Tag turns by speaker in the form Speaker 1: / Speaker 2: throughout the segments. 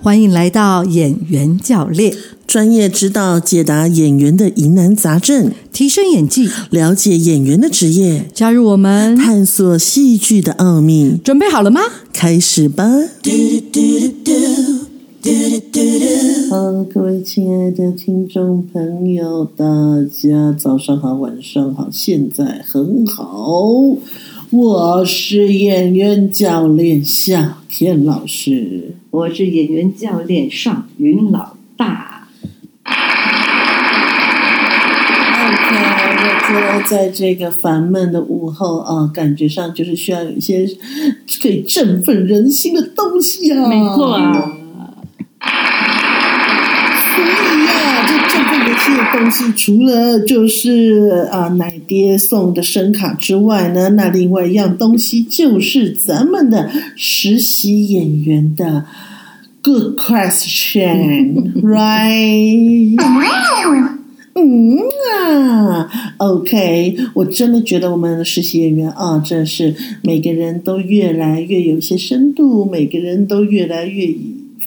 Speaker 1: 欢迎来到演员教练，
Speaker 2: 专业指导解答演员的疑难杂症，
Speaker 1: 提升演技，
Speaker 2: 了解演员的职业，
Speaker 1: 加入我们，
Speaker 2: 探索戏剧的奥秘。
Speaker 1: 准备好了吗？
Speaker 2: 开始吧！好，各位亲爱的听众朋友，大家早上好，晚上好，现在很好。我是演员教练夏天老师。
Speaker 3: 我是演员教练尚云老大。
Speaker 2: 那在这个烦闷的午后啊，感觉上就是需要有一些可以振奋人心的东西啊。
Speaker 3: 没错啊，
Speaker 2: 所以啊，这振奋人心的东西，除了就是啊奶爹送的声卡之外呢，那另外一样东西就是咱们的实习演员的 good question，right？嗯啊，OK，我真的觉得我们的实习演员啊，真是每个人都越来越有一些深度，每个人都越来越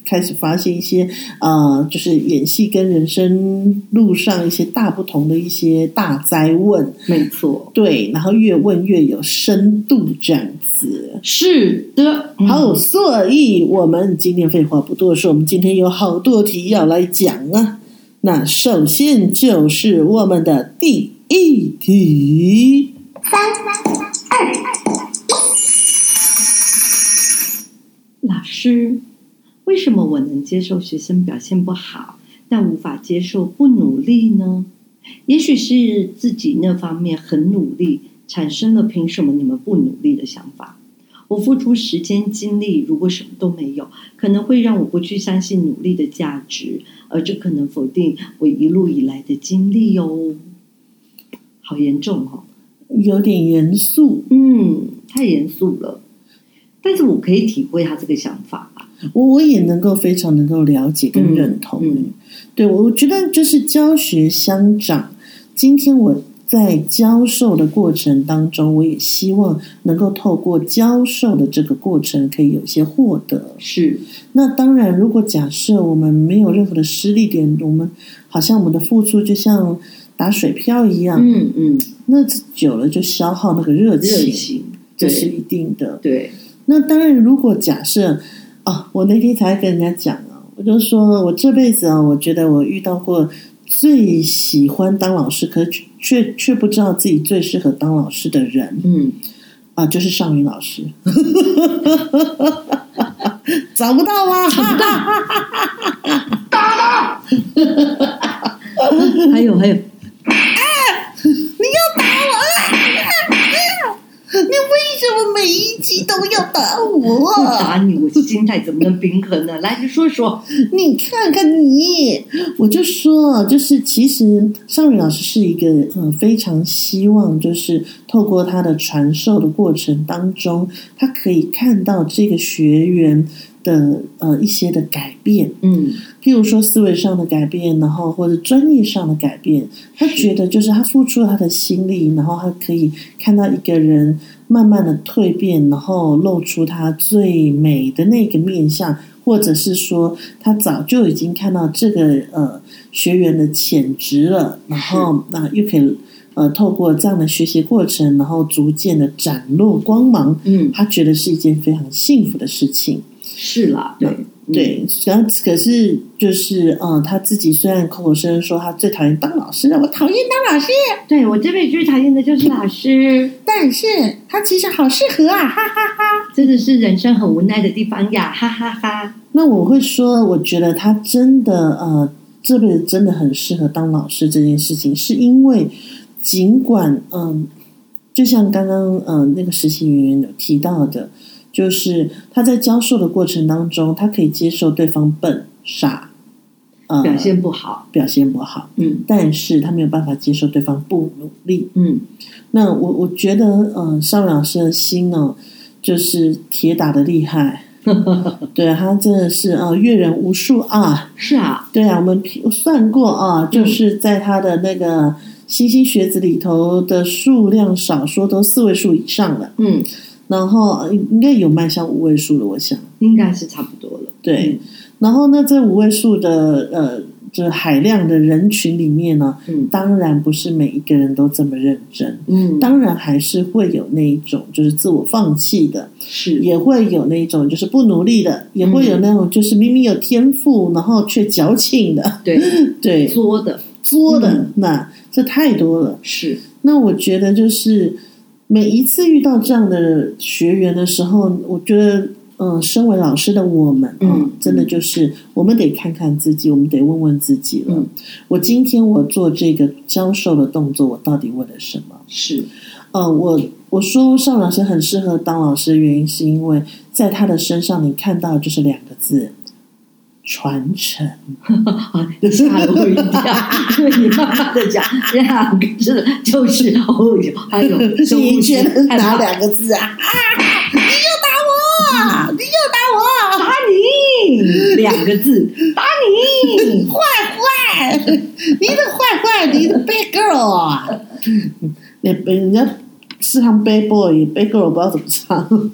Speaker 2: 开始发现一些呃，就是演戏跟人生路上一些大不同的一些大灾问，
Speaker 3: 没错，
Speaker 2: 对，然后越问越有深度这样子。
Speaker 3: 是的。
Speaker 2: 好，所以我们今天废话不多说，我们今天有好多题要来讲啊。那首先就是我们的第一题，
Speaker 3: 老师，为什么我能接受学生表现不好，但无法接受不努力呢？也许是自己那方面很努力，产生了凭什么你们不努力的想法。我付出时间精力，如果什么都没有，可能会让我不去相信努力的价值，而这可能否定我一路以来的经历哦。好严重哦，
Speaker 2: 有点严肃。
Speaker 3: 嗯，太严肃了。但是我可以体会他这个想法吧。
Speaker 2: 我我也能够非常能够了解跟认同。
Speaker 3: 嗯嗯
Speaker 2: 对，我觉得就是教学相长。今天我在教授的过程当中，我也希望能够透过教授的这个过程，可以有一些获得。
Speaker 3: 是，
Speaker 2: 那当然，如果假设我们没有任何的失力点，我们好像我们的付出就像打水漂一样，
Speaker 3: 嗯嗯，
Speaker 2: 那久了就消耗那个热
Speaker 3: 热
Speaker 2: 情，
Speaker 3: 情，
Speaker 2: 这是
Speaker 3: 对
Speaker 2: 一定的。
Speaker 3: 对，
Speaker 2: 那当然，如果假设啊，我那天才跟人家讲啊，我就说我这辈子啊，我觉得我遇到过最喜欢当老师，可却却却不知道自己最适合当老师的人
Speaker 3: 嗯，
Speaker 2: 啊，就是尚云老师， 找不到啊，找不到。
Speaker 3: 还有还有，
Speaker 2: 你为什么每一集都要打我啊
Speaker 3: 不？打你，我心态怎么能平衡呢？ 来，你说说，
Speaker 2: 你看看你，我就说，就是其实尚宇老师是一个呃非常希望，就是透过他的传授的过程当中，他可以看到这个学员的呃一些的改变，
Speaker 3: 嗯，
Speaker 2: 譬如说思维上的改变，然后或者专业上的改变，他觉得就是他付出了他的心力，然后他可以看到一个人慢慢的蜕变，然后露出他最美的那个面相，或者是说他早就已经看到这个呃学员的潜质了，然后那、又可以呃透过这样的学习过程，然后逐渐的展露光芒，
Speaker 3: 嗯，
Speaker 2: 他觉得是一件非常幸福的事情。
Speaker 3: 是啦，对，嗯，
Speaker 2: 对，然后可是就是嗯，他自己虽然口口声声说他最讨厌当老师了，我讨厌当老师，
Speaker 3: 对我这辈子最讨厌的就是老师，
Speaker 2: 但是他其实好适合啊，哈哈。
Speaker 3: 真的是人生很无奈的地方呀，哈哈哈。
Speaker 2: 那我会说，我觉得他真的呃，这辈子真的很适合当老师这件事情，是因为尽管嗯、就像刚刚嗯、呃那个实习人员有提到的，就是他在教授的过程当中，他可以接受对方笨傻，呃，
Speaker 3: 表现不好，
Speaker 2: 表现不好。
Speaker 3: 嗯
Speaker 2: 但是他没有办法接受对方不努力。
Speaker 3: 嗯，
Speaker 2: 那我我觉得，嗯、呃，邵老师的心呢、就是铁打的厉害，对，他真的是啊，呃阅人无数啊。
Speaker 3: 是啊，
Speaker 2: 对啊，我们批算过啊，就是在他的那个星星学子里头的数量，少说都四位数以上了。
Speaker 3: 嗯，
Speaker 2: 然后呃应该有迈向五位数了，我想。
Speaker 3: 应该是差不多了。
Speaker 2: 对，然后呢，这五位数的呃，就是海量的人群里面呢，
Speaker 3: 嗯
Speaker 2: 当然不是每一个人都这么认真，
Speaker 3: 嗯，
Speaker 2: 当然还是会有那一种就是自我放弃的，
Speaker 3: 是
Speaker 2: 也会有那一种就是不努力的，也会有那种就是明明有天赋，然后却矫情的，
Speaker 3: 对
Speaker 2: 对，
Speaker 3: 作的
Speaker 2: 作的，那这太多了。
Speaker 3: 是
Speaker 2: 那我觉得就是每一次遇到这样的学员的时候，我觉得，嗯、身为老师的我们啊、
Speaker 3: 嗯
Speaker 2: 真的就是我们得看看自己，我们得问问自己了。
Speaker 3: 嗯
Speaker 2: 我今天我做这个教授的动作，我到底为了什么？
Speaker 3: 是，
Speaker 2: 呃，我我说邵老师很适合当老师的原因，是因为在他的身上你看到就是两个字。传承，
Speaker 3: 啊，吓了我一跳，因为你慢慢的讲，两个字就是哦哟，还有生
Speaker 2: 你
Speaker 3: 物
Speaker 2: 觉
Speaker 3: 学
Speaker 2: 得
Speaker 3: 害怕
Speaker 2: 哪两个字啊？啊，你又
Speaker 3: 打你两个字，打你，
Speaker 2: 坏坏，你的坏坏，你的 bad girl 啊！ 那人家是唱 bad boy，bad girl 我不知道怎么唱。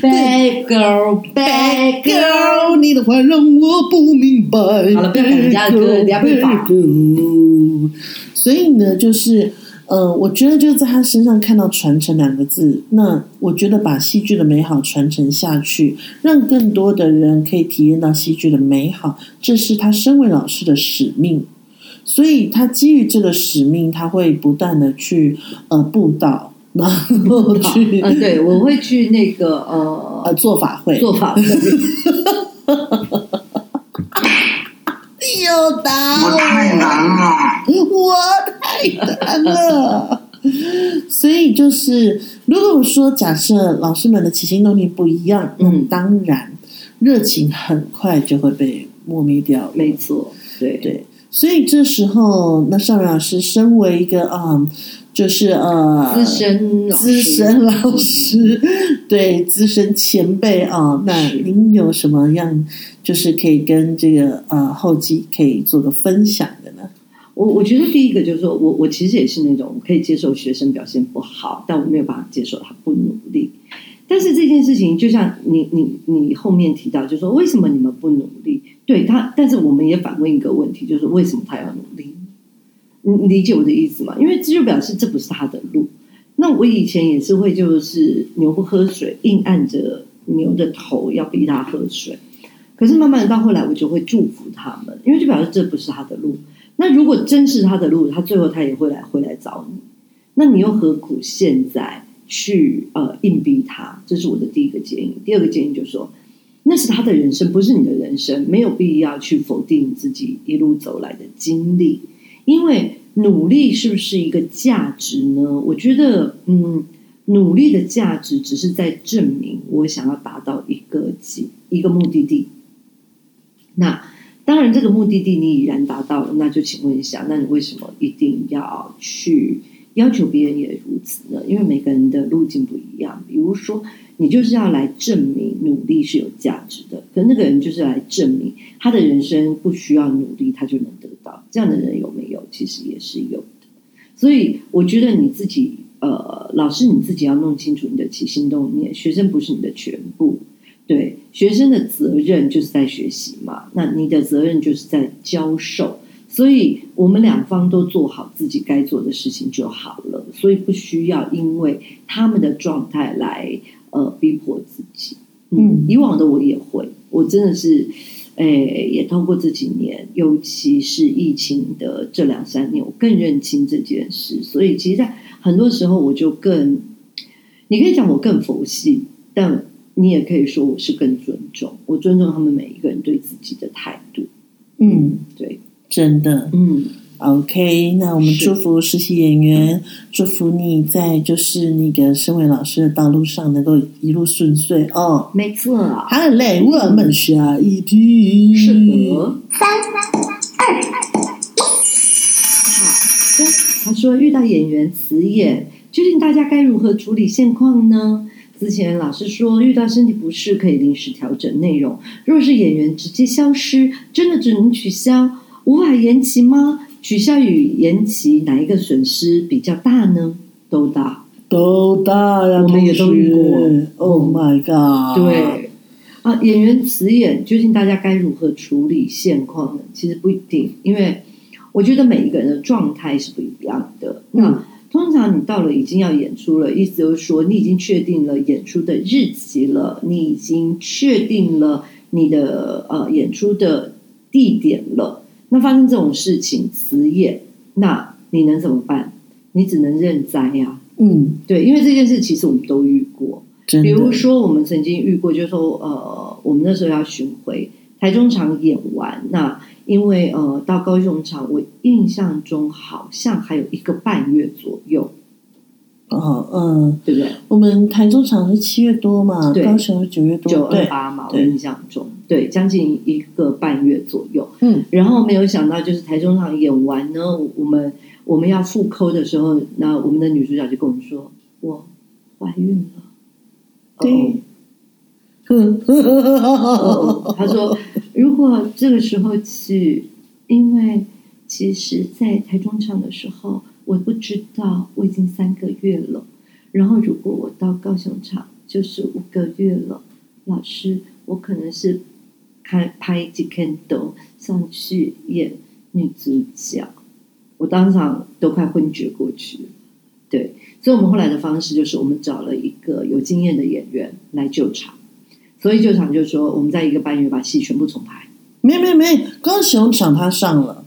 Speaker 3: bad girl，bad girl。
Speaker 2: 你的坏让我不明白。
Speaker 3: 好了不要讲人家的歌人家被罚
Speaker 2: bad girl 所以呢，就是。呃，我觉得就在他身上看到“传承”两个字，那我觉得把戏剧的美好传承下去，让更多的人可以体验到戏剧的美好，这是他身为老师的使命。所以他基于这个使命，他会不断的去呃布道，然后去
Speaker 3: 嗯，对，我会去那个呃
Speaker 2: 呃做法会，
Speaker 3: 做法会，
Speaker 2: 又打我，太难了，我太难了。所以就是，如果说假设老师们的起心动念不一样，那
Speaker 3: 嗯
Speaker 2: 当然热情很快就会被磨灭掉了。
Speaker 3: 没错，对
Speaker 2: 对，所以这时候，那尚文老师身为一个啊、嗯就是呃
Speaker 3: 资深老师
Speaker 2: 资深老师，对资深前辈啊，那
Speaker 3: 是
Speaker 2: 您有什么样就是可以跟这个呃后继可以做个分享的呢？
Speaker 3: 我我觉得第一个就是说我我其实也是那种我可以接受学生表现不好，但我没有办法接受他不努力。但是这件事情，就像你你你后面提到，就是说为什么你们不努力？对他，但是我们也反问一个问题，就是为什么他要努力？你你理解我的意思吗？因为这就表示这不是他的路。那我以前也是会，就是牛不喝水，硬按着牛的头要逼他喝水。可是慢慢的到后来，我就会祝福他们，因为就表示这不是他的路。那如果真是他的路，他最后他也会来回来找你，那你又何苦现在去呃硬逼他？这是我的第一个建议。第二个建议就是说，那是他的人生，不是你的人生，没有必要去否定你自己一路走来的经历，因为努力是不是一个价值呢？我觉得，嗯，努力的价值只是在证明我想要达到一个几一个目的地。那当然，这个目的地你已然达到了，那就请问一下，那你为什么一定要去要求别人也如此呢？因为每个人的路径不一样。比如说，你就是要来证明努力是有价值的，可那个人就是来证明他的人生不需要努力，他就能得到。这样的人有没有？其实也是有的。所以，我觉得你自己，呃，老师你自己要弄清楚你的起心动念，学生不是你的全部。对学生的责任就是在学习嘛，那你的责任就是在教授，所以我们两方都做好自己该做的事情就好了，所以不需要因为他们的状态来呃逼迫自己。
Speaker 2: 嗯
Speaker 3: 以往的我也会，我真的是，诶，也透过这几年，尤其是疫情的这两三年，我更认清这件事，所以其实，在很多时候我就更，你可以讲我更佛系，但你也可以说我是更尊重，我尊重他们每一个人对自己的态度。
Speaker 2: 嗯，
Speaker 3: 对，
Speaker 2: 真的
Speaker 3: 嗯，
Speaker 2: ，OK。那我们
Speaker 3: 是
Speaker 2: 祝福实习演员，祝福你在就是那个身为老师的道路上能够一路顺遂哦。
Speaker 3: 没错啊，
Speaker 2: 好嘞，我们下一题。
Speaker 3: 是的。他说，遇到演员辞演，究竟大家该如何处理现况呢？之前老师说，遇到身体不适可以临时调整内容。若是演员直接消失，真的只能取消，无法延期吗？取消与延期哪一个损失比较大呢？都大。
Speaker 2: 都大呀，
Speaker 3: 我们也都遇
Speaker 2: 过。Oh my god！
Speaker 3: 对，啊，演员辞演，究竟大家该如何处理现况呢？其实不一定，因为我觉得每一个人的状态是不一样的。那、
Speaker 2: 嗯
Speaker 3: 通常你到了已经要演出了，意思就是说你已经确定了演出的日期了，你已经确定了你的呃演出的地点了。那发生这种事情辞演，那你能怎么办？你只能认栽呀、
Speaker 2: 嗯，
Speaker 3: 对，因为这件事其实我们都遇过。
Speaker 2: 真的。
Speaker 3: 比如说，我们曾经遇过，就是说，呃，我们那时候要巡回台中场演完，那因为呃到高雄场，我印象中好像还有一个半月左右，
Speaker 2: 哦，嗯，
Speaker 3: 对不对？
Speaker 2: 我们台中场是七月多嘛，
Speaker 3: 对
Speaker 2: 高雄是九月多，
Speaker 3: 九二
Speaker 2: 对，
Speaker 3: 八嘛，我
Speaker 2: 对
Speaker 3: 印象中，对，将近一个半月左右。
Speaker 2: 嗯，
Speaker 3: 然后没有想到，就是台中场演完呢，我们我们要复扣的时候，那我们的女主角就跟我们说，我怀孕了。
Speaker 2: 对
Speaker 3: 哦哦，他说，如果这个时候去，因为其实，在台中场的时候，我不知道我已经三个月了。然后，如果我到高雄场，就是五个月了。老师，我可能是开拍几天都上去演女主角，我当场都快昏厥过去了。对，所以我们后来的方式就是，我们找了一个有经验的演员来救场。所以救场就说，我们在一个半月把戏全部重排。
Speaker 2: 没没没，高雄场他上了，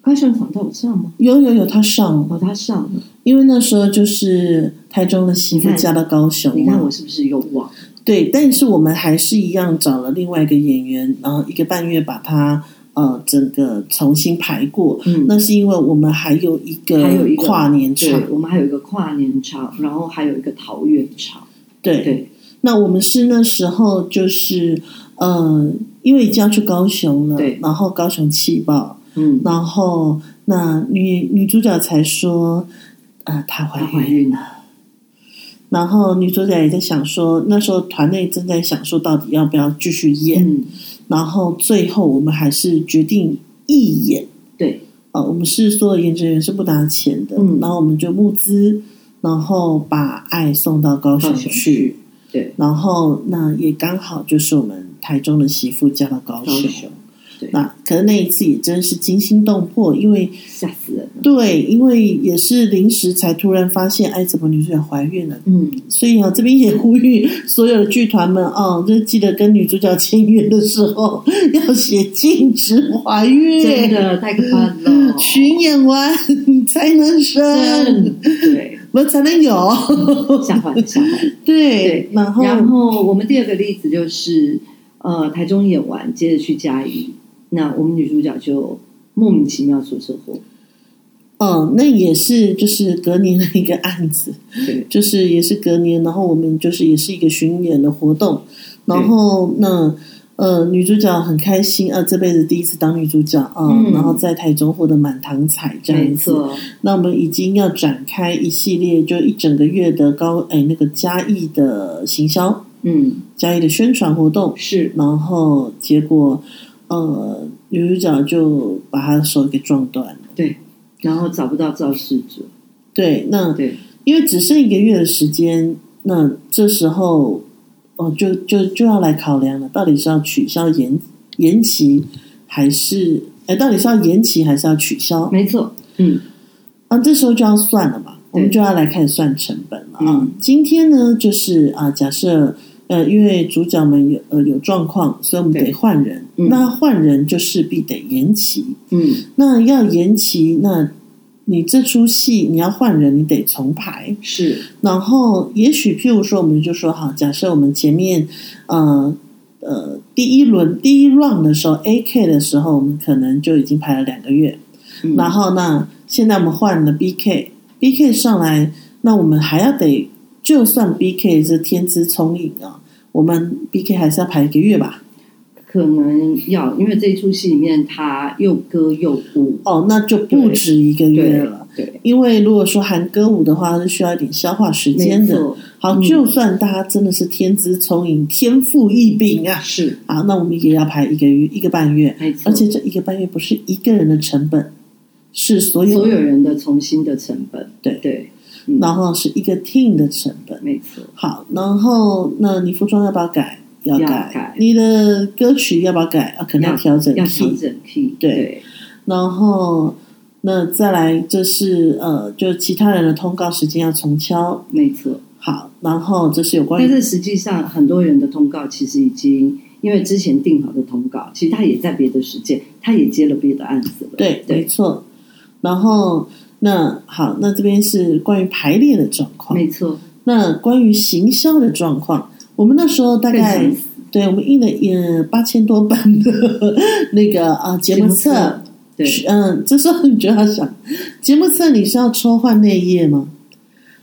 Speaker 3: 高雄场他有上吗？
Speaker 2: 有有有他上了，
Speaker 3: 哦，他上了。
Speaker 2: 因为那时候就是台中的媳妇
Speaker 3: 你看
Speaker 2: 嫁到高雄
Speaker 3: 你
Speaker 2: 嘛
Speaker 3: 看，我是不是又忘？
Speaker 2: 对，但是我们还是一样找了另外一个演员，然后一个半月把他呃整个重新排过。
Speaker 3: 嗯，
Speaker 2: 那是因为我们还有一个
Speaker 3: 还有一个
Speaker 2: 跨年场，
Speaker 3: 对，我们还有一个跨年场，然后还有一个桃园场。
Speaker 2: 对
Speaker 3: 对，
Speaker 2: 那我们是那时候就是，呃，因为已经要去高雄了，
Speaker 3: 对
Speaker 2: 然后高雄气爆，
Speaker 3: 嗯，
Speaker 2: 然后那女女主角才说，啊、她怀
Speaker 3: 她
Speaker 2: 孕，
Speaker 3: 怀孕了。
Speaker 2: 然后女主角也在想说，那时候团内正在想说到底要不要继续演，
Speaker 3: 嗯，
Speaker 2: 然后最后我们还是决定一演，
Speaker 3: 对，
Speaker 2: 呃，我们是所有演职员是不拿钱的，
Speaker 3: 嗯
Speaker 2: 然后我们就募资，然后把爱送到高雄
Speaker 3: 高雄去，对，
Speaker 2: 然后那也刚好就是我们台中的媳妇嫁到高雄，
Speaker 3: 高雄对
Speaker 2: 那可是那一次也真是惊心动魄，因为
Speaker 3: 吓死人了。
Speaker 2: 对，因为也是临时才突然发现，哎，怎么女主角怀孕了？
Speaker 3: 嗯，
Speaker 2: 所以啊，这边也呼吁所有的剧团们啊，就记得跟女主角签约的时候要写禁止怀
Speaker 3: 真
Speaker 2: 孕，
Speaker 3: 的太可怕了。
Speaker 2: 巡演完才能生，
Speaker 3: 哦真对，
Speaker 2: 我才能有。
Speaker 3: 吓坏了，吓坏了。
Speaker 2: 对
Speaker 3: 对，
Speaker 2: 然后
Speaker 3: 然后我们第二个例子就是，呃，台中演完，接着去嘉义，那我们女主角就莫名其妙出车祸，
Speaker 2: 嗯，那也是就是隔年的一个案子。
Speaker 3: 对，
Speaker 2: 就是也是隔年，然后我们就是也是一个巡演的活动，然
Speaker 3: 嗯
Speaker 2: 后那呃女主角很开心啊，这辈子第一次当女主角啊，
Speaker 3: 嗯
Speaker 2: 然后在台中获得满堂彩这
Speaker 3: 没
Speaker 2: 样子。
Speaker 3: 错，
Speaker 2: 那我们已经要展开一系列就一整个月的高哎那个嘉义的行销、
Speaker 3: 嗯，
Speaker 2: 嘉义的宣传活动，
Speaker 3: 是，
Speaker 2: 然后结果呃女主角就把她的手给撞断了。
Speaker 3: 对，然后找不到肇事者，
Speaker 2: 对，那
Speaker 3: 对，
Speaker 2: 因为只剩一个月的时间，那这时候哦，就就就要来考量了，到底是要取消延延期，还是哎，到底是要延期还是要取消？
Speaker 3: 没错，嗯，
Speaker 2: 啊，这时候就要算了嘛，我们
Speaker 3: 对
Speaker 2: 就要来开始算成本了啊。
Speaker 3: 嗯
Speaker 2: 今天呢，就是啊，假设呃，因为主角们有呃有状况，所以我们
Speaker 3: 对
Speaker 2: 得换人，
Speaker 3: 嗯
Speaker 2: 那换人就势必得延期。
Speaker 3: 嗯，
Speaker 2: 那要延期，那你这出戏你要换人，你得重排。
Speaker 3: 是，
Speaker 2: 然后，也许譬如说，我们就说好，假设我们前面，呃呃，第一轮第一 round 的时候，A K 的时候，我们可能就已经排了两个月。
Speaker 3: 嗯
Speaker 2: 然后那现在我们换了 B K，B K 上来，那我们还要得，就算 B K 是天资聪颖啊，我们 B K 还是要排一个月吧。
Speaker 3: 可能要，因为这出戏里面他又歌又舞，
Speaker 2: 哦，那就不
Speaker 3: 对
Speaker 2: 止一个
Speaker 3: 对
Speaker 2: 月了。，
Speaker 3: 对，
Speaker 2: 因为如果说含歌舞的话，是需要一点消化时间
Speaker 3: 没
Speaker 2: 的。
Speaker 3: 错，
Speaker 2: 好，就算大家真的是天资聪颖、天赋异禀啊，
Speaker 3: 是，
Speaker 2: 好，那我们也要排一个月、一个半月，
Speaker 3: 没错，
Speaker 2: 而且这一个半月不是一个人的成本，是所有
Speaker 3: 所有人的重新的成本，
Speaker 2: 对
Speaker 3: 对，嗯
Speaker 2: 然后是一个 team 的成本。
Speaker 3: 没错，
Speaker 2: 好，然后那你服装要不要改？要
Speaker 3: 要
Speaker 2: 改。
Speaker 3: 改
Speaker 2: 你的歌曲要不要改？啊，可能要调整
Speaker 3: 要
Speaker 2: key
Speaker 3: 调整 key，
Speaker 2: 对
Speaker 3: 对，
Speaker 2: 然后那再来就是呃，就其他人的通告时间要重敲。
Speaker 3: 没错。
Speaker 2: 好，然后这是有关
Speaker 3: 但
Speaker 2: 于
Speaker 3: 是实际上，很多人的通告其实已经因为之前定好的通告，其实他也在别的时间，他也接了别的案子了。
Speaker 2: 对，没
Speaker 3: 对，
Speaker 2: 错。然后那好，那这边是关于排列的状况。
Speaker 3: 没错，
Speaker 2: 那关于行销的状况，我们那时候大概
Speaker 3: 更详
Speaker 2: 对我们印了也八千多版的那个啊节目册。
Speaker 3: 对，
Speaker 2: 嗯，这时候你就要想，节目册你是要抽换内页吗？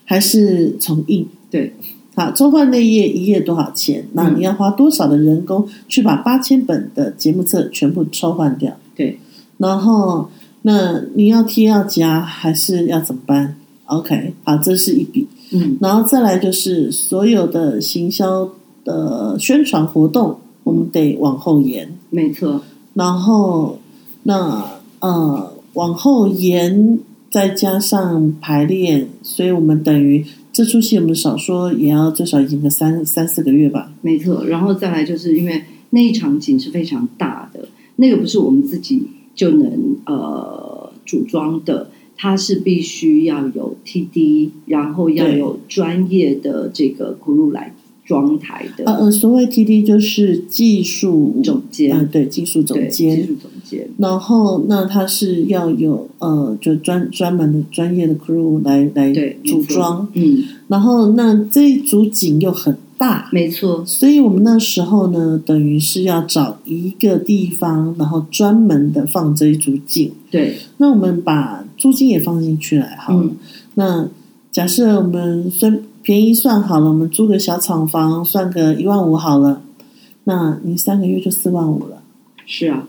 Speaker 2: 还是重印？
Speaker 3: 对，
Speaker 2: 好，抽换内页一页多少钱？那
Speaker 3: 嗯
Speaker 2: 你要花多少的人工去把八千本的节目册全部抽换掉？
Speaker 3: 对，
Speaker 2: 然后那你要贴要夹还是要怎么办？OK，好，这是一笔。
Speaker 3: 嗯，
Speaker 2: 然后再来就是所有的行销的宣传活动，我们得往后延。
Speaker 3: 没错，
Speaker 2: 然后那呃往后延，再加上排练，所以我们等于这出戏我们少说也要最少演个三三四个月吧。
Speaker 3: 没错。然后再来，就是因为那一场景是非常大的，那个不是我们自己就能呃组装的，它是必须要有 TD，然后要
Speaker 2: 对
Speaker 3: 有专业的这个 crew 来装台
Speaker 2: 呃
Speaker 3: 的
Speaker 2: 呃，所谓 TD 就是技术
Speaker 3: 总
Speaker 2: 嗯、
Speaker 3: 监，
Speaker 2: 对，技术
Speaker 3: 对，技
Speaker 2: 总监。
Speaker 3: 术总监。
Speaker 2: 然后，那他是要有呃，就专专门的专业的 crew 来来
Speaker 3: 对，没
Speaker 2: 组
Speaker 3: 错
Speaker 2: 装，
Speaker 3: 嗯，
Speaker 2: 然后那这一组景又很大，
Speaker 3: 没错，
Speaker 2: 所以我们那时候呢，等于是要找一个地方，然后专门的放这一组景。
Speaker 3: 对，
Speaker 2: 那我们把租金也放进去来好了。
Speaker 3: 嗯
Speaker 2: 那假设我们算便宜算好了，我们租个小厂房，算个一万五好了。那你三个月就四万五了，
Speaker 3: 是啊，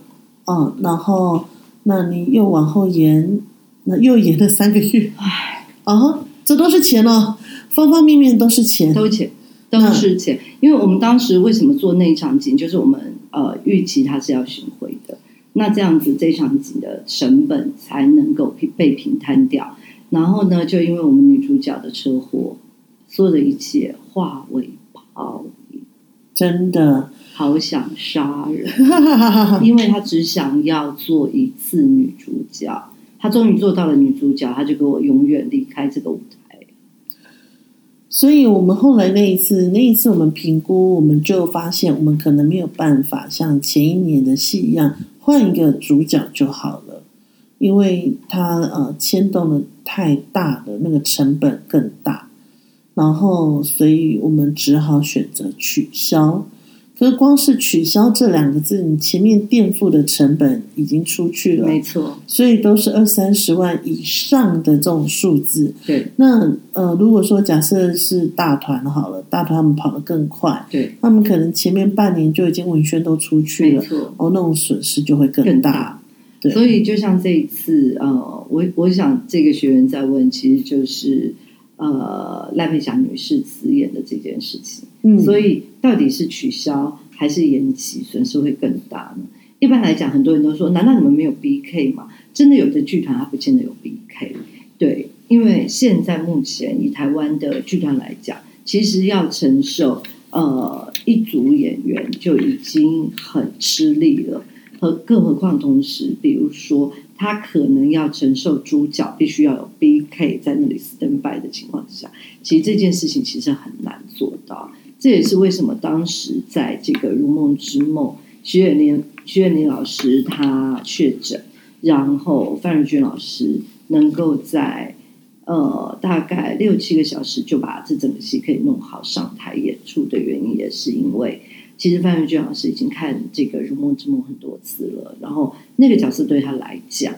Speaker 2: 嗯，然后那你又往后延，那又延了三个月，唉，啊哈，这都是钱哦，方方面面都是钱，
Speaker 3: 都钱，都是钱。因为我们当时为什么做那一场景，就是我们呃预期它是要巡回的，那这样子这场景的成本才能够平被平摊掉。然后呢，就因为我们女主角的车祸，所有的一切化为泡影，
Speaker 2: 真的，
Speaker 3: 好想杀人。
Speaker 2: 哈哈哈哈哈。
Speaker 3: 因为他只想要做一次女主角，他终于做到了女主角，他就给我永远离开这个舞台。
Speaker 2: 所以我们后来那一次，那一次我们评估，我们就发现我们可能没有办法像前一年的戏一样换一个主角就好了，因为它呃牵动的太大的那个成本更大，然后所以我们只好选择取消。可是光是取消这两个字，你前面垫付的成本已经出去了，
Speaker 3: 没错，
Speaker 2: 所以都是二三十万以上的这种数字。
Speaker 3: 对
Speaker 2: 那呃，如果说假设是大团好了，大团他们跑得更快，
Speaker 3: 对，
Speaker 2: 他们可能前面半年就已经文宣都出去
Speaker 3: 没
Speaker 2: 了，
Speaker 3: 错，
Speaker 2: 哦，那种损失就会更
Speaker 3: 更
Speaker 2: 大。
Speaker 3: 大。
Speaker 2: 对
Speaker 3: 所以就像这一次，呃，我我想这个学员在问，其实就是呃赖佩霞女士辞演的这件事情。
Speaker 2: 嗯，
Speaker 3: 所
Speaker 2: 以
Speaker 3: 以到底是取消还是延期，损失会更大呢？一般来讲，很多人都说，难道你们没有 BK 吗？真的有的剧团它不见得有 BK，对，因为现在目前以台湾的剧团来讲，其实要承受呃一组演员就已经很吃力了，和更何况同时，比如说他可能要承受主角必须要有 BK 在那里 stand by 的情况下，其实这件事情其实很难做到。这也是为什么当时在这个《如梦之梦》，徐远林徐远林老师他确诊，然后范瑞军老师能够在呃大概六七个小时就把这整个戏可以弄好上台演出的原因，也是因为其实范瑞军老师已经看这个《如梦之梦》很多次了，然后那个角色对他来讲，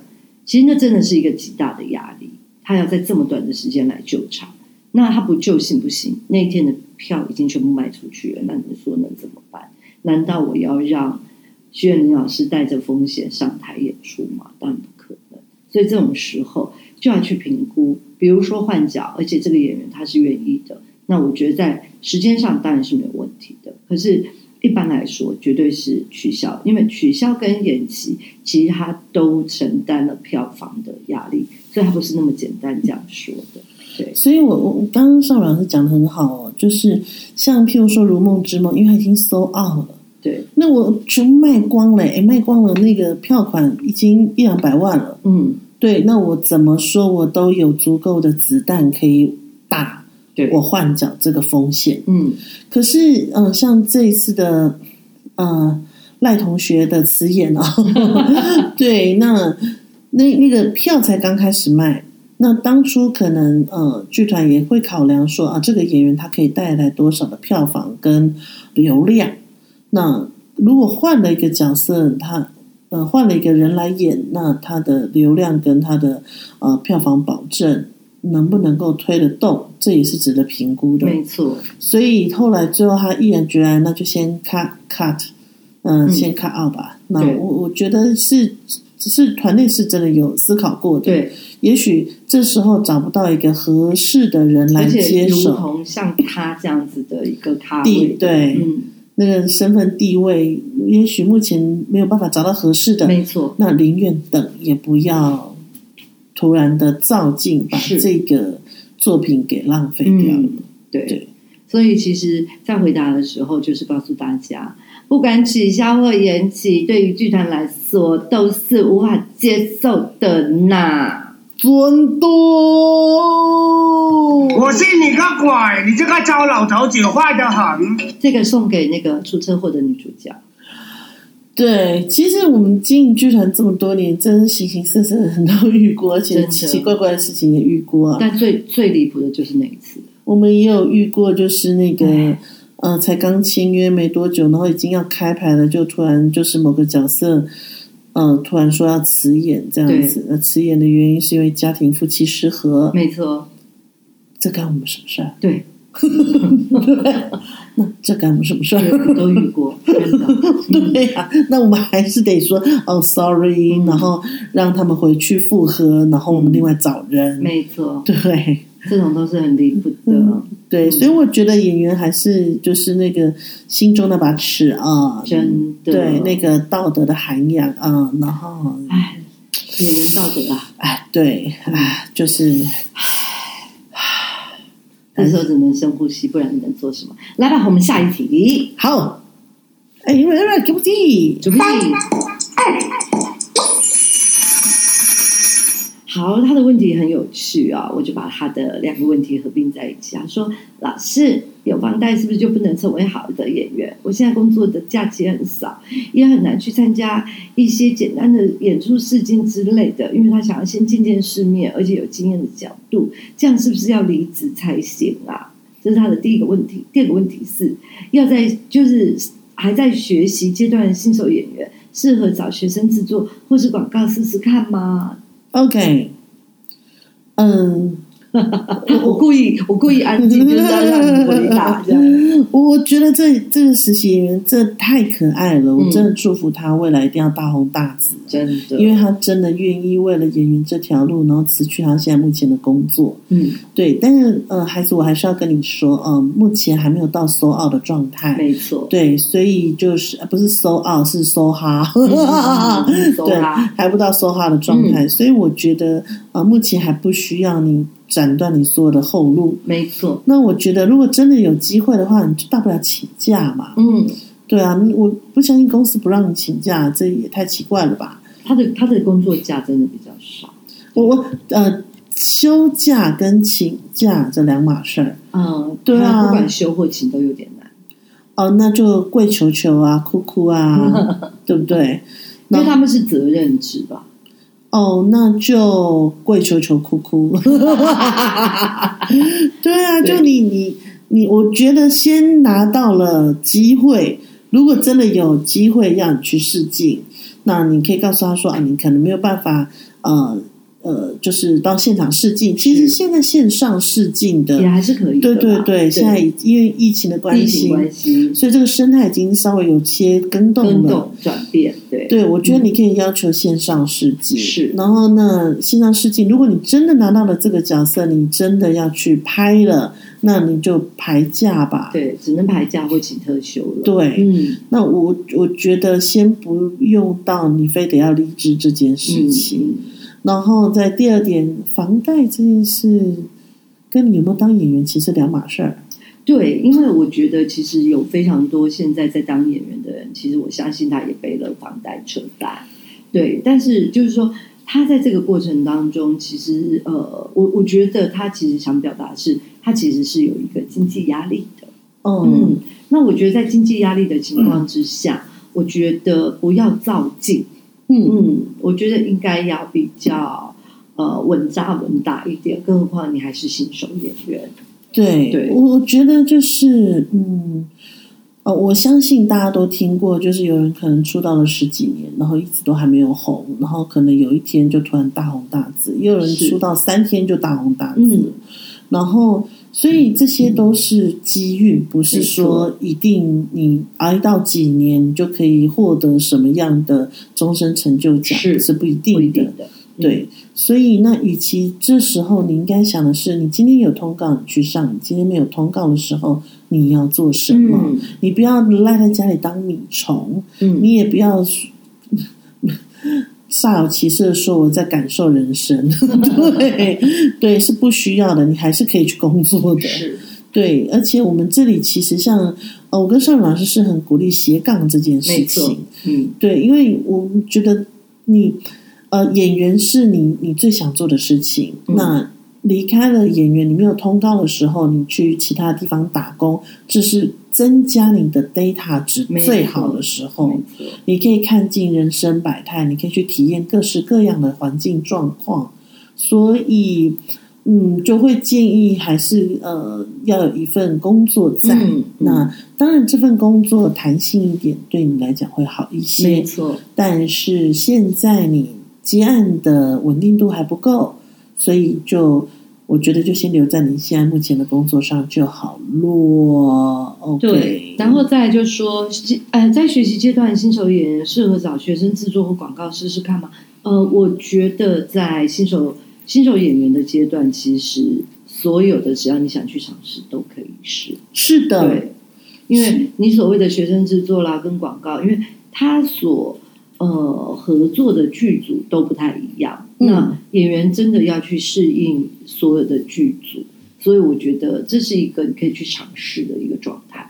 Speaker 3: 其实那真的是一个极大的压力，他要在这么短的时间来救场。那他不救行不行？那一天的票已经全部卖出去了，那你们说能怎么办？难道我要让徐远林老师带着风险上台演出吗？当然不可能。所以这种时候就要去评估，比如说换角，而且这个演员他是愿意的，那我觉得在时间上当然是没有问题的，可是一般来说绝对是取消，因为取消跟延期其实它都承担了票房的压力，所以它不是那么简单这样说的。对，
Speaker 2: 所以我我我刚刚邵老师讲的很好哦，就是像譬如说《如梦之梦》，因为它已经 sold out 了，
Speaker 3: 对，
Speaker 2: 那我全卖光了，诶，卖光了，那个票款已经一两百万了。
Speaker 3: 嗯，
Speaker 2: 对，那我怎么说，我都有足够的子弹可以打
Speaker 3: 对，
Speaker 2: 我换角这个风险。
Speaker 3: 嗯，
Speaker 2: 可是，嗯、像这一次的，呃，赖同学的词眼哦， 对，那那那个票才刚开始卖，那当初可能呃，剧团也会考量说啊，这个演员他可以带来多少的票房跟流量。那如果换了一个角色，他呃换了一个人来演，那他的流量跟他的呃票房保证能不能够推得动，这也是值得评估的。
Speaker 3: 没错，
Speaker 2: 所以后来最后他毅然决然，那就先 cut cut，、嗯，
Speaker 3: 嗯
Speaker 2: 先 cut out 吧。那
Speaker 3: 对
Speaker 2: 我我觉得是，只是团队是真的有思考过的。，
Speaker 3: 对，
Speaker 2: 也许这时候找不到一个合适的人来
Speaker 3: 而
Speaker 2: 接
Speaker 3: 且如
Speaker 2: 手，
Speaker 3: 同像他这样子的一个咖
Speaker 2: 地
Speaker 3: 位，
Speaker 2: 对
Speaker 3: 嗯，
Speaker 2: 那个身份地位，也许目前没有办法找到合适的，
Speaker 3: 没错，
Speaker 2: 那宁愿等，也不要突然的造进，把
Speaker 3: 是
Speaker 2: 这个作品给浪费掉了。
Speaker 3: 嗯，对。
Speaker 2: 对
Speaker 3: 所以其实，在回答的时候，就是告诉大家，不管取消或延期，对于剧团来说都是无法接受的呐。
Speaker 2: 尊多，
Speaker 4: 我信你个鬼！你这个糟老头子坏得很。
Speaker 3: 这个送给那个出车祸的女主角，
Speaker 2: 啊对，其实我们经营剧团这么多年，真是形形色色的人都遇过，而
Speaker 3: 真
Speaker 2: 且
Speaker 3: 的
Speaker 2: 奇奇怪怪的事情也遇过啊。
Speaker 3: 但最最离谱的就是那一次，
Speaker 2: 我们也有遇过，就是那个
Speaker 3: 哎
Speaker 2: 呃，才刚签约没多久，然后已经要开牌了，就突然就是某个角色，嗯、突然说要辞演这样子。那辞演的原因是因为家庭夫妻失和，
Speaker 3: 没错，
Speaker 2: 这干我们什么事儿？
Speaker 3: 对，
Speaker 2: 那这干我们什么事儿？
Speaker 3: 对都遇过，真的，
Speaker 2: 对呀、那我们还是得说哦，sorry，、
Speaker 3: 嗯
Speaker 2: 然后让他们回去复合，然后我们另外找人。
Speaker 3: 没错，
Speaker 2: 对
Speaker 3: 这种都是很离谱的
Speaker 2: 嗯，对，所以我觉得演员还是就是那个心中那把尺啊，
Speaker 3: 真的，
Speaker 2: 对那，个道德的涵养啊，然后
Speaker 3: 哎，演员道德啊，
Speaker 2: 哎，对，哎，就是
Speaker 3: 这时候只能深呼吸，不然你能做什么？来吧，我们下一题。
Speaker 2: 好。哎，因为因为给不起，
Speaker 3: 准备。好，他的问题很有趣啊，我就把他的两个问题合并在一起。他说：“老师，有房贷是不是就不能成为好的演员？我现在工作的假期很少，也很难去参加一些简单的演出试镜之类的，因为他想要先见见世面，而且有经验的角度，这样是不是要离职才行啊？”这是他的第一个问题。第二个问题是，要在就是还在学习阶段的新手演员，适合找学生制作或是广告试试看吗？
Speaker 2: OK，嗯，
Speaker 3: 我 我故意我故意安静，就是要让你回答这样。
Speaker 2: 我 我觉得这这个实习演员这太可爱了，我
Speaker 3: 嗯
Speaker 2: 真的祝福他未来一定要大红大紫，
Speaker 3: 真的，
Speaker 2: 因为他真的愿意为了演员这条路，然后辞去他现在目前的工作。
Speaker 3: 嗯，
Speaker 2: 对，但是呃，孩子，我还是要跟你说，呃，目前还没有到 so out 的状态。
Speaker 3: 没错，
Speaker 2: 对，所以就是呃不是 so out 是 so hard，
Speaker 3: 嗯懂
Speaker 2: 对，
Speaker 3: 啦，
Speaker 2: 还不到 so hard 的状态，所以我觉得呃，目前还不需要你斩断你所有的后路。
Speaker 3: 没错，
Speaker 2: 那我觉得，如果真的有机会的话，你就大不了请假嘛。
Speaker 3: 嗯，
Speaker 2: 对啊，你我不相信公司不让你请假，这也太奇怪了吧？
Speaker 3: 他的他的工作假真的比较少，
Speaker 2: 我我呃，休假跟请假这两码事儿。
Speaker 3: 嗯，
Speaker 2: 对啊
Speaker 3: 他不管休或请都有点难，
Speaker 2: 哦，那就跪求求啊，哭哭啊， 对不对？
Speaker 3: 因
Speaker 2: 那
Speaker 3: 为他们是责任制吧，
Speaker 2: 哦，那就跪求求哭哭。 对啊，
Speaker 3: 对
Speaker 2: 就你你你，我觉得先拿到了机会，如果真的有机会让你去试镜，那你可以告诉他说啊，你可能没有办法，呃呃，就是到现场试镜。其实
Speaker 3: 是
Speaker 2: 现在线上试镜的，
Speaker 3: 也还是可以的
Speaker 2: 嗯对
Speaker 3: 吧，
Speaker 2: 对对，现在因为疫情的
Speaker 3: 疫
Speaker 2: 关
Speaker 3: 情
Speaker 2: 系，
Speaker 3: 关系
Speaker 2: 所以这个生态已经稍微有些更动了。
Speaker 3: 跟动转变，对，
Speaker 2: 对，我觉得你可以要求线上试镜，
Speaker 3: 嗯是
Speaker 2: 然后呢，线上试镜，如果你真的拿到了这个角色，你真的要去拍了，那你就排假吧。
Speaker 3: 对，只能排假或请特休了。，
Speaker 2: 对，
Speaker 3: 嗯
Speaker 2: 那我我觉得先不用到你非得要离职这件事
Speaker 3: 嗯
Speaker 2: 情，然后在第二点，房贷这件事跟你有没有当演员其实两码事儿。
Speaker 3: 对，因为我觉得其实有非常多现在在当演员的人，其实我相信他也背了房贷、车贷，对，但是就是说。他在这个过程当中，其实呃，我我觉得他其实想表达的是，他其实是有一个经济压力的。嗯，那我觉得在经济压力的情况之下，我觉得不要造进。
Speaker 2: 嗯
Speaker 3: 嗯，我觉得应该要比较呃稳扎稳打一点，更何况你还是新手演员。
Speaker 2: 对，
Speaker 3: 对
Speaker 2: 我我觉得就是嗯。呃，我相信大家都听过，就是有人可能出道了十几年，然后一直都还没有红，然后可能有一天就突然大红大紫，也有人
Speaker 3: 是
Speaker 2: 出道三天就大红大紫，
Speaker 3: 嗯
Speaker 2: 然后，所以这些都是机遇，不是说一定你挨到几年你就可以获得什么样的终身成就奖，
Speaker 3: 是
Speaker 2: 是不一定
Speaker 3: 不
Speaker 2: 的。
Speaker 3: 一定的，
Speaker 2: 对，所以那与其这时候你应该想的是，你今天有通告你去上，你今天没有通告的时候你要做什么？
Speaker 3: 嗯
Speaker 2: 你不要赖在家里当米虫，
Speaker 3: 嗯，
Speaker 2: 你也不要 煞有其事的说我在感受人生， 对对是不需要的，你还是可以去工作的。
Speaker 3: 是
Speaker 2: 对，而且我们这里其实像呃，我跟尚老师是很鼓励斜杠这件事
Speaker 3: 没错
Speaker 2: 情，，
Speaker 3: 嗯
Speaker 2: 对，因为我觉得你呃演员是你你最想做的事情，
Speaker 3: 嗯
Speaker 2: 那。离开了演员，你没有通告的时候，你去其他地方打工，这是增加你的 data 值
Speaker 3: 没
Speaker 2: 最
Speaker 3: 错
Speaker 2: 好的时候。
Speaker 3: 没错，
Speaker 2: 你可以看尽人生百态，你可以去体验各式各样的环境状况，所以，嗯，就会建议还是呃要有一份工作在。
Speaker 3: 嗯嗯
Speaker 2: 那当然，这份工作弹性一点，对你来讲会好一
Speaker 3: 没
Speaker 2: 些。
Speaker 3: 错，
Speaker 2: 但是现在你接案的稳定度还不够，所以就我觉得就先留在你现在目前的工作上就好咯。OK，
Speaker 3: 对，然后再来就是说，呃，在学习阶段，新手演员适合找学生制作或广告试试看吗？呃，我觉得在新手新手演员的阶段，其实所有的只要你想去尝试，都可以试。
Speaker 2: 是的，
Speaker 3: 对，因为你所谓的学生制作啦，跟广告，因为他所呃合作的剧组都不太一样，
Speaker 2: 嗯
Speaker 3: 那演员真的要去适应所有的剧组，所以我觉得这是一个你可以去尝试的一个状态。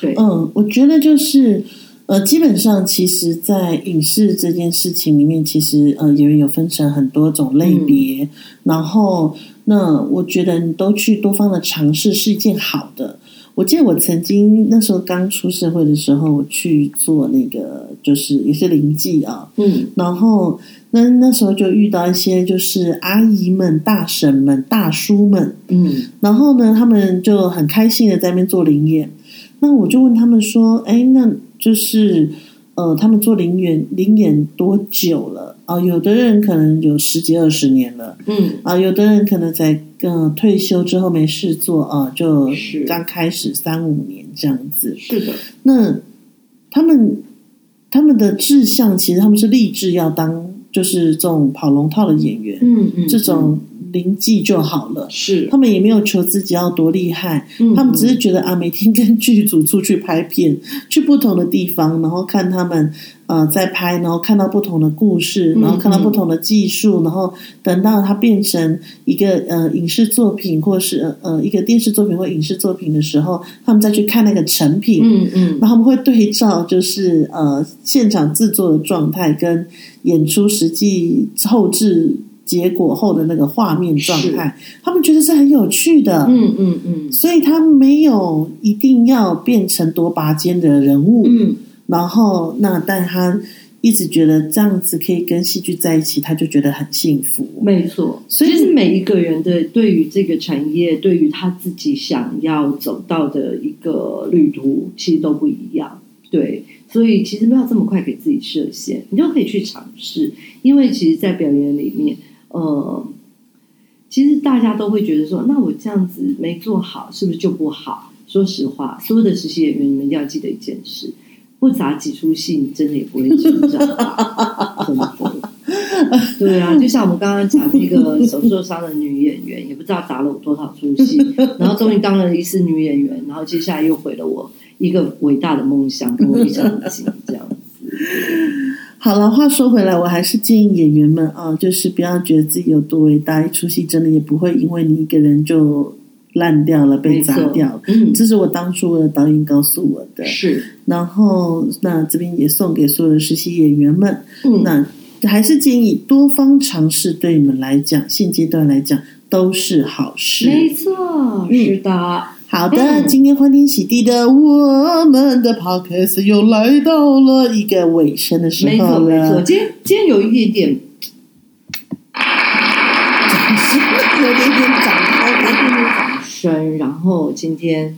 Speaker 3: 对，
Speaker 2: 嗯，我觉得就是，呃，基本上其实，在影视这件事情里面，其实呃，演员有分成很多种类别，然后那我觉得你都去多方的尝试是一件好的。我记得我曾经那时候刚出社会的时候，我去做那个就是也是灵记啊，
Speaker 3: 嗯，
Speaker 2: 然后那那时候就遇到一些就是阿姨们、大婶们、大叔们，
Speaker 3: 嗯，
Speaker 2: 然后呢，他们就很开心的在那边做灵演。那我就问他们说：“哎，那就是呃，他们做灵演灵演多久了？啊、有的人可能有十几二十年了，
Speaker 3: 嗯，
Speaker 2: 啊、有的人可能才呃、退休之后没事做啊、就是刚开始三五年这样子。
Speaker 3: 是的，
Speaker 2: 那他们他们的志向，其实他们是立志要当就是这种跑龙套的演员，
Speaker 3: 嗯嗯，
Speaker 2: 这种灵技就好了。”
Speaker 3: 是
Speaker 2: 他，们也没有求自己要多厉害，
Speaker 3: 嗯
Speaker 2: 他们只是觉得啊，每天跟剧组出去拍片，去不同的地方，然后看他们呃在拍，然后看到不同的故事，
Speaker 3: 嗯
Speaker 2: 然后看到
Speaker 3: 嗯
Speaker 2: 不同的技术，然后等到它变成一个呃影视作品，或是呃呃一个电视作品或影视作品的时候，他们再去看那个成品，
Speaker 3: 嗯嗯
Speaker 2: 然后他们会对照，就是呃现场制作的状态跟演出实际后置结果后的那个画面状态，他们觉得是很有趣的。
Speaker 3: 嗯嗯嗯
Speaker 2: 所以他没有一定要变成多拔尖的人物，
Speaker 3: 嗯，
Speaker 2: 然后那但他一直觉得这样子可以跟戏剧在一起，他就觉得很幸福。
Speaker 3: 没错，
Speaker 2: 所以
Speaker 3: 其实每一个人的对于这个产业，对于他自己想要走到的一个旅途，其实都不一样。对，所以其实不要这么快给自己设限，你都可以去尝试，因为其实，在表演里面，呃，其实大家都会觉得说，那我这样子没做好，是不是就不好？说实话，所有的实习演员，你们一定要记得一件事： 不砸几出戏，你真的也不会成长大。真的，对对啊，就像我们刚刚讲那个手受伤的女演员， 也不知道砸了我多少出戏， 然后终于当了一次女演员，然后接下来又毁了我一个伟大的梦想跟我一场景这样。
Speaker 2: 好了，话说回来，我还是建议演员们啊，就是不要觉得自己有多伟大，一出戏真的也不会因为你一个人就烂掉了、 被砸
Speaker 3: 没错
Speaker 2: 掉了。
Speaker 3: 嗯，
Speaker 2: 这是我当初的导演告诉我的。
Speaker 3: 是，
Speaker 2: 然后，那这边也送给所有的实习演员们，
Speaker 3: 嗯，
Speaker 2: 那还是建议多方尝试，对你们来讲，现阶段来讲都是好事。
Speaker 3: 没错，是的，
Speaker 2: 好的，
Speaker 3: 嗯
Speaker 2: 今天欢天喜地的我们的 podcast 又来到了一个尾声的时
Speaker 3: 没
Speaker 2: 候
Speaker 3: 错，没错。
Speaker 2: 了，
Speaker 3: 今天今天有一点点，
Speaker 2: 有点点长
Speaker 3: 有一点
Speaker 2: 开了。
Speaker 3: 点掌声，然后今天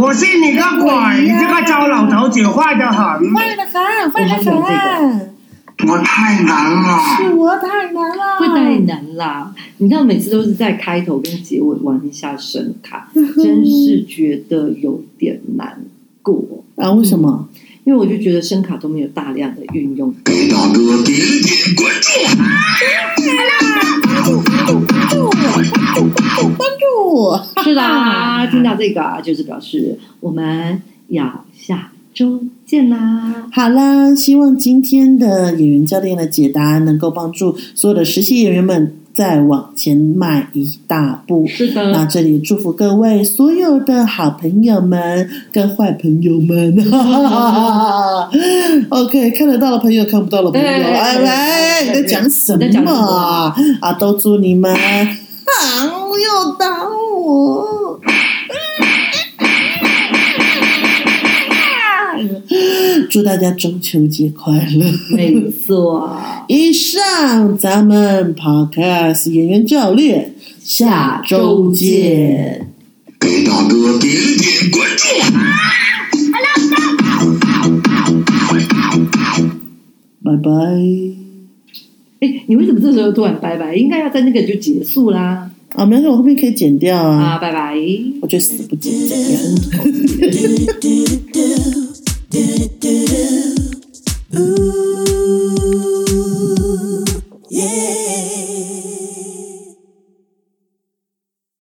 Speaker 4: 我信你个鬼！你这个糟老头子坏得很，
Speaker 2: 坏的
Speaker 3: 坏
Speaker 2: 很，坏
Speaker 3: 得
Speaker 2: 的
Speaker 3: 很
Speaker 2: 很，
Speaker 4: 我太难了。
Speaker 2: 是我太难了，
Speaker 3: 会太难啦。你知道，每次都是在开头跟结尾玩一下神卡，
Speaker 2: 嗯
Speaker 3: 真是觉得有点难过。
Speaker 2: 啊？为什么？
Speaker 3: 因为我就觉得声卡都没有大量的运 用，
Speaker 4: 给大哥点点关注。
Speaker 2: 关注，
Speaker 3: 是啦，听到这个啊就是表示我们要下周见啦。
Speaker 2: 好啦，希望今天的演员教练的解答能够帮助所有的实习演员们再往前迈一大步。
Speaker 3: 是
Speaker 2: 那
Speaker 3: 的，
Speaker 2: 这里祝福各位所有的好朋友们跟坏朋友们 ，OK，看得到的朋友，看不到的朋友，
Speaker 3: 对对对
Speaker 2: 哎喂，你在
Speaker 3: 对对
Speaker 2: 讲什
Speaker 3: 你在讲
Speaker 2: 么
Speaker 3: 什
Speaker 2: 啊
Speaker 3: 么？
Speaker 2: 啊，都祝你们，啊，又打我。祝大家中秋节快乐！
Speaker 3: 没错，
Speaker 2: 以上咱们 Podcast 演员教练下周见。。
Speaker 4: 给大哥点点关注。
Speaker 2: 拜拜。
Speaker 3: 哎，你为什么这时候突然拜拜？应该要在那个就结束啦。
Speaker 2: 啊，没关系，嗯啊我后面可以剪掉啊。
Speaker 3: 啊，拜拜。
Speaker 2: 我就死不剪。